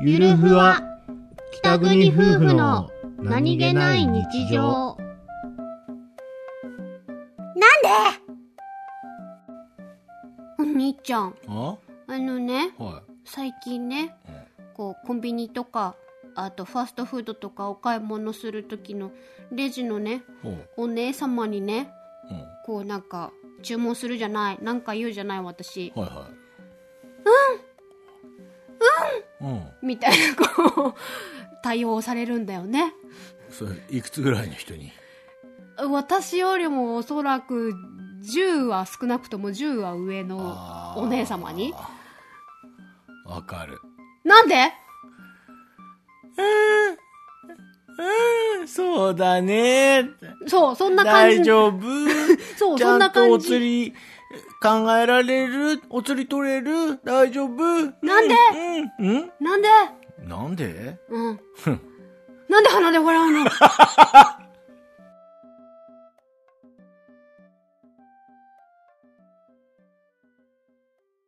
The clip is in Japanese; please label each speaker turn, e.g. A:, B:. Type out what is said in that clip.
A: ゆるふわ北国夫婦の
B: お兄ちゃん
A: あ
B: あのね
A: は
B: 最近ね
A: い、
B: こうコンビニとかあとファストフードとかお買い物する時のレジのね
A: うん、ほ
B: お姉様にね
A: う、うん、
B: こうなんか注文するじゃないなんか言うじゃない私
A: はいはいうんうんうん
B: みたいなこう対応をされるんだよね
A: それいくつぐらいの人に
B: 私よりもおそらく10は少なくとも10は上の
A: あー
B: お姉様に
A: わかる
B: なんで
A: うんそうだね
B: そうそんな感じ
A: 大丈夫
B: そう
A: ち
B: そん
A: ゃ
B: なん
A: とお
B: 感じ
A: 釣り考えられるお釣り取れる大丈夫
B: なんで
A: うん、うん
B: なんで
A: うん、なんで
B: うん。なんで鼻で笑うの